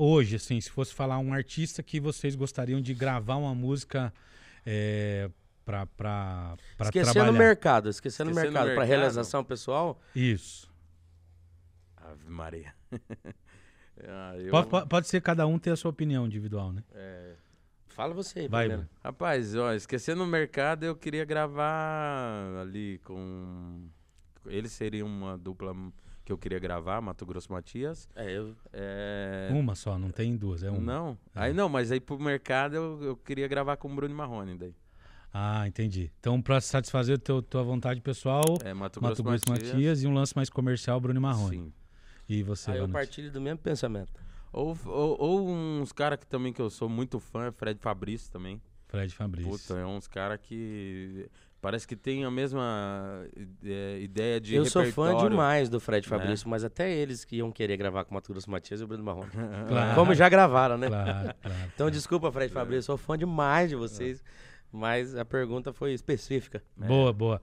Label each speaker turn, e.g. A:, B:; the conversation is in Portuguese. A: hoje, assim, se fosse falar um artista que vocês gostariam de gravar uma música é, pra, pra, pra
B: esquecendo
A: trabalhar.
B: o mercado, esquecendo o
C: Esquecendo o
B: mercado, para
C: mercado.
B: realização pessoal,
A: Isso.
C: Ave Maria. Ah, eu- é,
A: Pode, pode- pode ser cada um ter a sua opinião individual, né?
B: fala você. aí,
A: Vai,
B: primeiro.
A: Bruno.
C: Rapaz, ó, esquecendo o mercado, eu queria gravar ali com. Ele seria uma dupla que eu queria gravar, Mato Grosso Matias.
B: É, eu,
C: É,
A: Uma só, não tem duas, é uma.
C: Não? Aí não, mas aí pro mercado eu, eu queria gravar com o Bruno Marrone daí.
A: Ah, entendi. Então, pra satisfazer a teu, tua vontade pessoal,
C: É, Mato Grosso,
A: Mato Grosso Matias. e um lance mais comercial, Bruno Marrone.
C: Sim.
A: E você,
B: aí eu
A: Vanucci?
B: partilho do mesmo pensamento.
C: Ou, ou, ou uns caras que também que eu sou muito fã, é Fred Fabrício também.
A: Fred Fabrício.
C: Puta, é uns caras que. Parece que tem a mesma é, ideia de.
B: eu sou fã
C: repertório. Né?
B: demais do Fred Fabrício, mas até eles que iam querer gravar com o Mato Grosso Matias e o Bruno Marrone.
A: Claro.
B: Como já gravaram, né?
A: Claro, claro.
B: Então, desculpa,
C: É.
B: Fred Fabrício, sou fã demais de vocês, mas a pergunta foi específica.
A: Boa, boa.